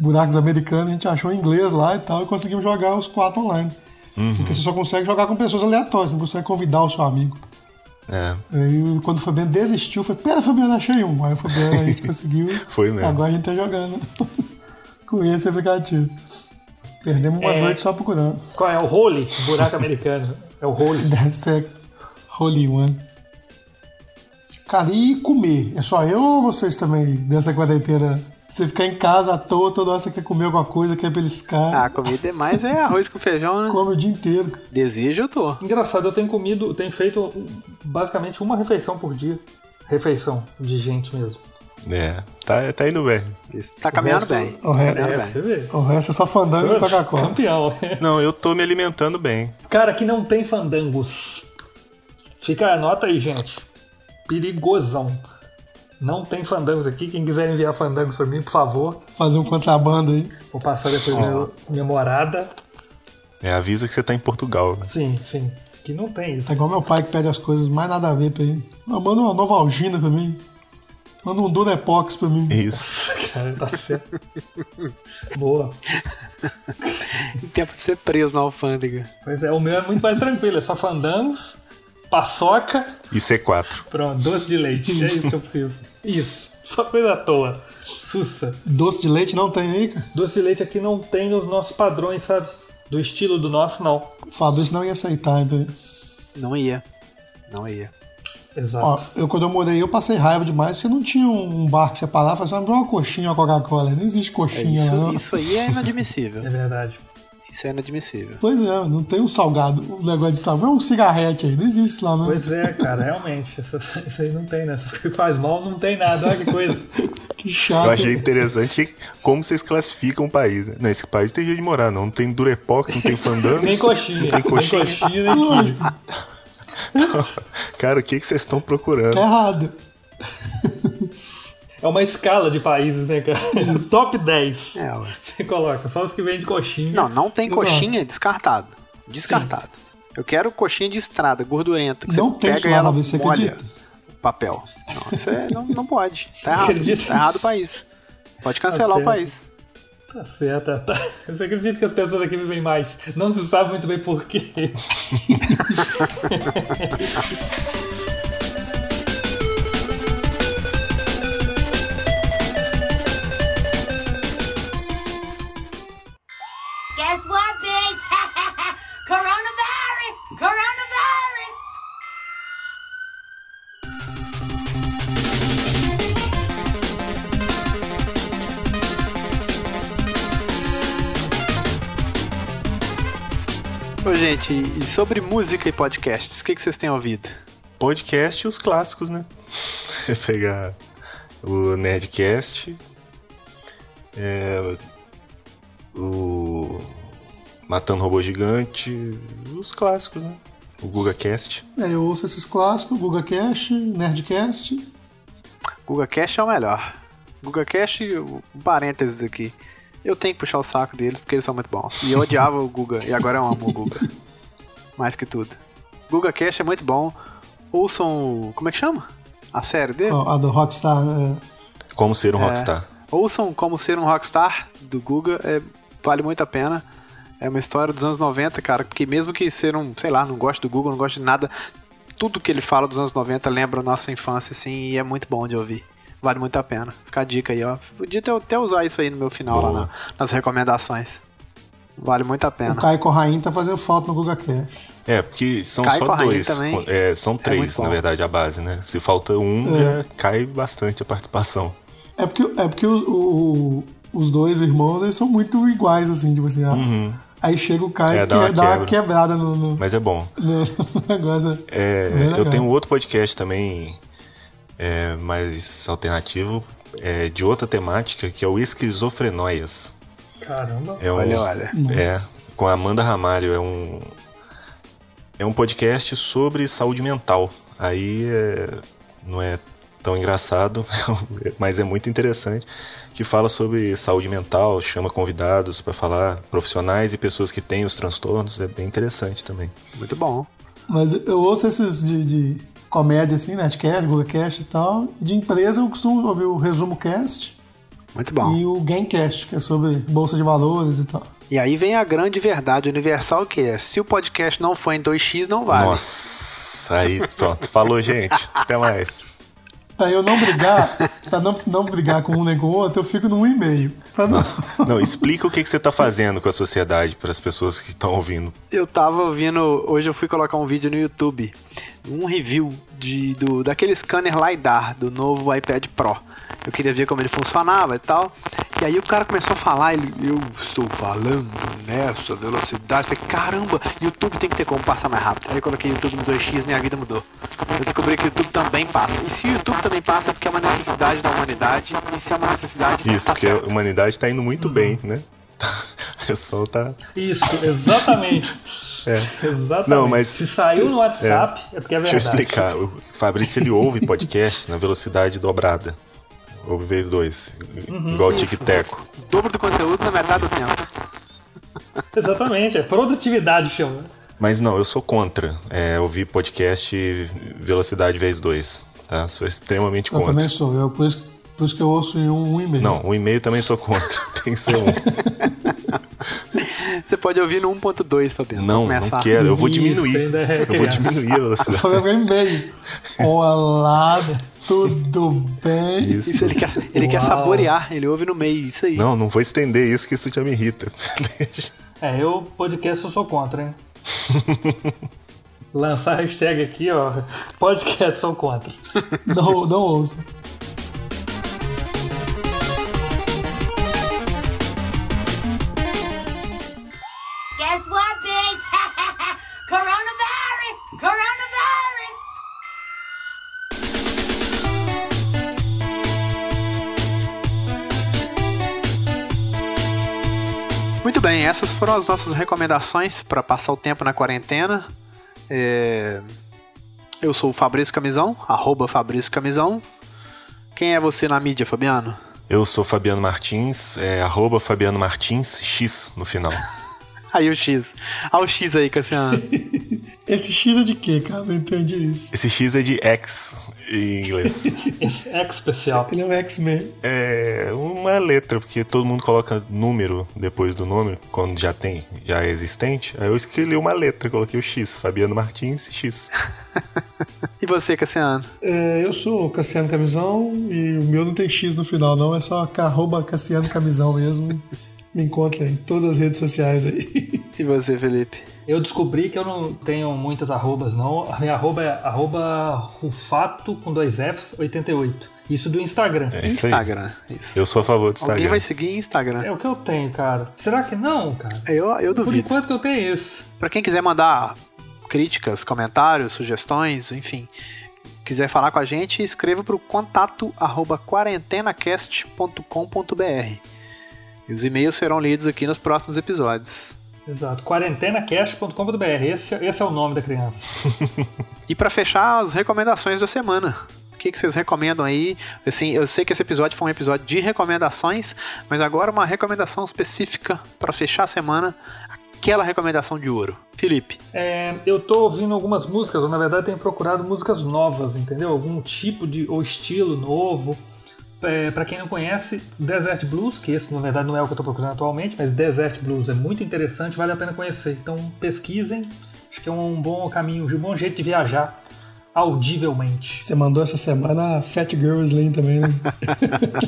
buracos americanos, a gente achou em inglês lá e tal, e conseguimos jogar os quatro online. Uhum. Porque você só consegue jogar com pessoas aleatórias, não consegue convidar o seu amigo. É, Aí quando o Fabiano desistiu, foi, pera Fabiano, achei um. Aí o Fabiano a gente conseguiu. [laughs] Foi mesmo. Agora a gente tá jogando [laughs] com esse aplicativo. Perdemos uma É. noite só procurando. Qual é o role? Buraco americano. É o role. Deve ser Holy One. Cara, e comer? É só eu ou vocês também, dessa quarentena? Você ficar em casa à toa, toda hora você quer comer alguma coisa, quer Ah, beliscar. a comida é mais é arroz com feijão, [laughs] né? Come o dia inteiro. Desejo eu tô. Engraçado, eu tenho comido, tenho feito basicamente uma refeição por dia. Refeição de gente mesmo. É, tá, tá indo bem. Isso. Tá caminhando resto- bem. O Tá resto, caminhando É, pra bem. você vê. o resto é só fandango e Coca-Cola. Campeão. Não, eu tô me alimentando bem. Cara que não tem fandangos. Fica, anota aí, gente. Perigosão. Não tem fandangos aqui. Quem quiser enviar fandangos pra mim, por favor, Fazer um contrabando aí. vou passar depois minha, minha morada. É, avisa que você tá em Portugal. Sim, sim. Que não tem É isso. igual meu pai que pede as coisas mais nada a ver pra ele. Ah, manda uma nova algina pra mim. Manda um Durepox pra mim. Isso. Cara, tá certo. Boa. Tem tempo de ser preso na alfândega. Pois é, o meu é muito mais tranquilo. É só fandangos, paçoca, E C4. pronto, doce de leite. É isso que eu preciso. Isso. Só coisa à toa. Sussa. Doce de leite não tem aí, cara? Doce de leite aqui não tem os nossos padrões, sabe? Do estilo do nosso, não. O Fabrício não ia aceitar, hein, velho. Não ia. Não ia. Exato. Ó, eu quando eu morei, eu passei raiva demais, porque não tinha um bar que separava, falava assim, "Ah, me dá uma coxinha, uma Coca-Cola. Não existe É coxinha, isso, não. isso aí é inadmissível. É verdade. [laughs] Isso é inadmissível. Pois é, não tem um salgado, um negócio de salgado, é um cigarrete aí, não existe lá, né? não. Pois é, cara, realmente. Isso, isso aí não tem, né? Isso que faz mal não tem nada, olha que coisa. é. Que Eu chato. achei interessante como vocês classificam o país. né? Não, esse país tem jeito de morar, não. Não tem durepox, não tem fandango. Nem coxinha. Não tem coxinha. Nem coxinha, nem queijo. Cara, o que, que vocês estão Tá procurando? errado. É uma escala de países, né, cara? Top 10. É, ué. Você coloca só os que vêm de coxinha. Não, não tem Exato. coxinha é descartado. Descartado. Eu quero coxinha de estrada, gordurenta, que Não você tem pega isso e lá, ela Fabrício, você molha acredita? o papel. Não, isso é, não, não [laughs] pode. Tá errado. Acredita? Tá errado o país. Pode cancelar Tá o certo. país. Tá certo. Tá, tá. Você acredita que as pessoas aqui vivem mais? Não se sabe muito bem por quê. Guess what, bitch? [laughs] Coronavirus! Coronavirus! Ô, gente, e sobre música e podcasts, o que, que vocês têm ouvido? Podcast e os clássicos, né? [laughs] Pegar o Nerdcast, é, o Matando Robô Gigante, os clássicos, né? O GugaCast. É, eu ouço esses clássicos, Guga Cash, Nerdcast. Guga Cash é o melhor. Guga Cash, um parênteses aqui. Eu tenho que puxar o saco deles porque eles são muito bons. E eu odiava o Guga, e agora eu amo o Guga. [laughs] Mais que tudo. Guga Cash é muito bom. Ouçam. o- Como é que chama? A série dele? ó, a do Rockstar, né? Como ser É. um rockstar. Ouçam Como Ser um Rockstar do Guga, é- vale muito a pena. É uma história dos anos 90, cara, porque mesmo que ser um, sei lá, não goste do Guga, não goste de nada, tudo que ele fala dos anos 90 lembra a nossa infância, assim, e é muito bom de ouvir. Vale muito a pena. Fica a dica aí, ó. Podia até, até usar isso aí no meu final, lá Boa. na- nas recomendações. Vale muito a o pena. Caio Corraim tá fazendo falta no Guga Cash. É, porque são Cai com só a rainha dois. também. É, são muito três, bom. É. na verdade, a base, né? Se falta um, já cai bastante a participação. É porque, é porque o- o- os dois irmãos, eles são muito iguais, assim, tipo assim, ah, Aí chega o Caio Uhum. É, que dá uma dá uma quebra. quebrada no, no, [laughs] Mas é bom. no negócio. É, Bem legal. eu tenho outro podcast também, é, mais alternativo, é, de outra temática, que é o Esquizofrenóias. Caramba. É um, Olha, olha. É, com a Amanda Ramalho. É um, é um podcast sobre saúde mental. Aí é, não é tão engraçado, [laughs] mas é muito interessante. Que fala sobre saúde mental, chama convidados para falar, profissionais e pessoas que têm os transtornos. É bem interessante também. Muito bom. Mas eu ouço esses de, de comédia, assim, Nerdcast, GugaCast e tal. De empresa eu costumo ouvir o Resumo Cast Muito bom. e o Gamecast, que é sobre Bolsa de Valores e tal. E aí vem a grande verdade universal que é, se o podcast não for em 2x, não vale. Nossa, aí pronto. Falou, gente. Até mais. Pra eu não brigar, pra não, não brigar com um nem com o outro, eu fico num e-mail. Pra não- Não, explica o que, que você tá fazendo com a sociedade para as pessoas que estão ouvindo. Eu tava ouvindo. Hoje eu fui colocar um vídeo no YouTube. Um review de, do, daquele scanner LiDAR do novo iPad Pro. Eu queria ver como ele funcionava e tal. E aí o cara começou a falar, ele, eu estou falando nessa velocidade. Eu falei, caramba, YouTube tem que ter como passar mais rápido. Aí eu coloquei YouTube no 2x minha vida mudou. Eu descobri que o YouTube também passa. E se o YouTube também passa, é porque é uma necessidade da humanidade. E se é uma necessidade, Isso, tá porque a certo. humanidade tá indo muito bem, né? [laughs] O pessoal tá. Isso, [laughs] exatamente. Exatamente. É. Não, mas- Se saiu no WhatsApp, é, porque é Deixa eu verdade. explicar. O Fabrício ele ouve podcast na velocidade dobrada. Ouve vezes dois. Uhum. Igual o tic-teco. Dobro do conteúdo na metade do tempo. Exatamente, é produtividade, chama. Mas não, eu sou contra é, ouvir podcast velocidade vezes dois. Tá? Sou extremamente Eu também contra. sou, eu, por, isso, por isso que eu ouço em um, um e-mail. Não, o e-mail também sou contra. [laughs] Tem que ser um. Você pode ouvir no 1.2, Fabiano. Não, é Começa não quero. Eu vou Isso, diminuir. ainda é Eu vou criança. diminuir a velocidade. Foi meu e-mail. Olá, tudo bem? Isso, [laughs] Isso. ele quer, ele quer Uau. saborear, ele ouve no meio, isso aí. Não, não vou estender isso, que isso já me irrita. É, eu, podcast, eu sou contra, hein? Lançar a hashtag aqui, ó. Podcast sou contra. Não, não ouço. Guess what, Biggs? [laughs] Coronavirus! Coronavirus! Muito bem, essas foram as nossas recomendações para passar o tempo na quarentena. É, Eu sou o Fabrício Camisão, arroba Fabrício Camisão. Quem é você na mídia, Fabiano? [laughs] Eu sou Fabiano Martins, é arroba Fabiano Martins, X no final. Aí o X. Ah, o X aí, Cassiano. [laughs] Esse X é de quê, cara? Não entendi isso. Esse X é de X em [laughs] inglês. Esse é especial. Ele é um X-Men. É uma letra, porque todo mundo coloca número depois do nome, quando já tem, já é existente. Aí eu escolhi uma letra, coloquei o X, Fabiano Martins, X. E você, Cassiano? É, eu sou o Cassiano Camisão e o meu não tem X no final, não. É só ca- arroba Cassiano Camisão mesmo. Me encontra em todas as redes sociais aí. E você, Felipe? Eu descobri que eu não tenho muitas arrobas, não. A minha arroba é arroba rufato com dois Fs 88. Isso do Instagram. É isso aí. Instagram. Isso. Eu sou a favor do Alguém Instagram. vai seguir Instagram. É o que eu tenho, cara. Será que não, cara? Eu, eu Por duvido. enquanto que eu tenho isso. Pra quem quiser mandar críticas, comentários, sugestões, enfim, quiser falar com a gente, escreva para o contato arroba quarentenacast.com.br. E os e-mails serão lidos aqui nos próximos episódios. Exato. quarentenacash.com.br. Esse, esse é o nome da criança. E para fechar, as recomendações da semana. O que, que vocês recomendam aí? Assim, eu sei que esse episódio foi um episódio de recomendações, mas agora uma recomendação específica para fechar a semana, aquela recomendação de ouro. Felipe, É, eu tô ouvindo algumas músicas, ou na verdade tenho procurado músicas novas, entendeu? Algum tipo de ou estilo novo. É, para quem não conhece, Desert Blues, que esse na verdade não é o que eu tô procurando atualmente, mas Desert Blues é muito interessante, vale a pena conhecer. Então pesquisem, acho que é um bom caminho, um bom jeito de viajar audivelmente. Você mandou essa semana a Fat Girl Slim também, né?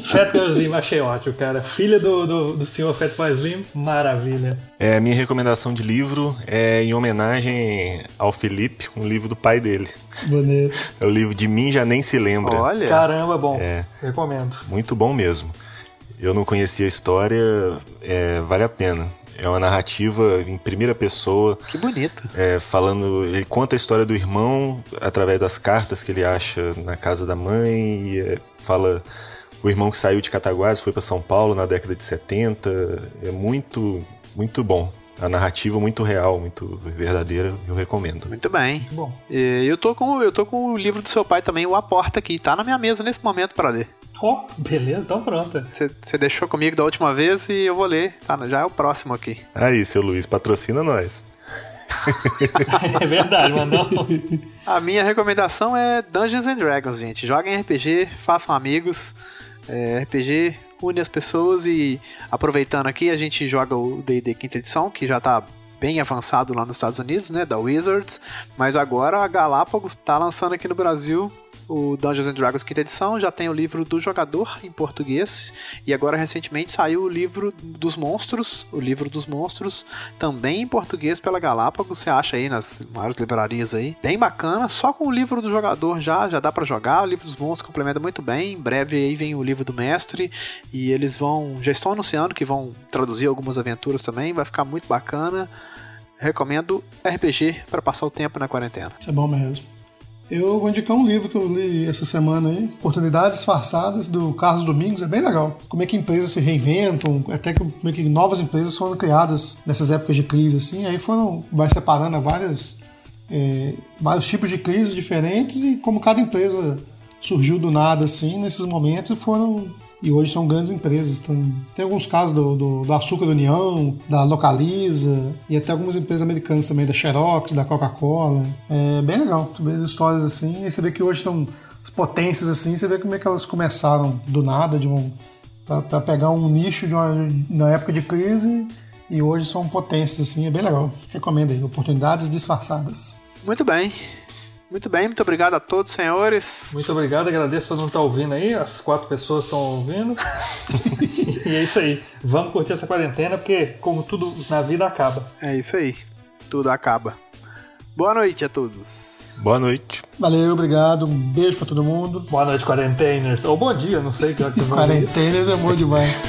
Fat Boy Slim, achei ótimo, cara. Filha do, do, do senhor Fat Boy Slim, maravilha. É, minha recomendação de livro é em homenagem ao Felipe, um livro do pai dele. Bonito. É o livro de mim já nem se lembra. olha. Caramba, bom. É. Recomendo. Muito bom mesmo. Eu não conhecia a história, é, vale a pena. É uma narrativa em primeira pessoa, Que bonito. é, falando. Ele conta a história do irmão através das cartas que ele acha na casa da mãe. E, é, fala o irmão que saiu de Cataguases foi para São Paulo na década de 70. É muito, muito bom. A narrativa muito real, muito verdadeira. Eu recomendo. Muito bem. Bom. É, Eu tô com eu tô com o livro do seu pai também, o A Porta aqui, tá na minha mesa nesse momento pra ler. Ó, beleza, então pronto. [laughs] Você deixou comigo da última vez e eu vou ler. Tá, já é o próximo aqui. Aí, seu Luiz, patrocina nós. É verdade, mas não. A minha recomendação é Dungeons and Dragons, gente. Joguem RPG, façam amigos. É, RPG une as pessoas e aproveitando aqui, a gente joga o D&D quinta edição, que já tá bem avançado lá nos Estados Unidos, né, da Wizards, mas agora a Galápagos tá lançando aqui no Brasil o Dungeons and Dragons quinta edição, já tem o livro do jogador em português e agora recentemente saiu o livro dos monstros, o livro dos monstros também em português pela Galápagos, você acha aí nas maiores livrarias aí. Bem bacana, só com o livro do jogador já, já dá pra jogar, o livro dos monstros complementa muito bem. Em breve aí vem o livro do mestre e eles vão, já estão anunciando que vão traduzir algumas aventuras também, vai ficar muito bacana. Recomendo RPG pra passar o tempo na quarentena. Isso é bom mesmo. Eu vou indicar um livro que eu li essa semana aí, Oportunidades Disfarçadas, do Carlos Domingos, é bem legal. Como é que empresas se reinventam, até que- como é que novas empresas foram criadas nessas épocas de crise, assim, aí foram, vai separando várias, é, vários tipos de crises diferentes e como cada empresa surgiu do nada, assim, nesses momentos e foram... E hoje são grandes empresas. Tem, tem alguns casos do, do, do Açúcar da União, da Localiza, e até algumas empresas americanas também, da Xerox, da Coca-Cola. É bem legal. Tu vê histórias assim, e você vê que hoje são as potências assim, você vê como é que elas começaram do nada, de um, pra, pra pegar um nicho de uma, na época de crise, e hoje são potências assim, é bem legal. Recomendo aí, oportunidades disfarçadas. Muito bem. Muito bem, muito obrigado a todos, senhores. Muito obrigado, agradeço a todo mundo que tá ouvindo aí, as quatro pessoas estão ouvindo. [laughs] e é isso aí. Vamos curtir essa quarentena, porque como tudo na vida acaba. É isso aí. Tudo acaba. Boa noite a todos. Boa noite. Valeu, obrigado, um beijo pra todo mundo. Boa noite, quarenteners. Ou bom dia, não sei que hora que vocês vão ouvir isso. Quarentena é bom demais.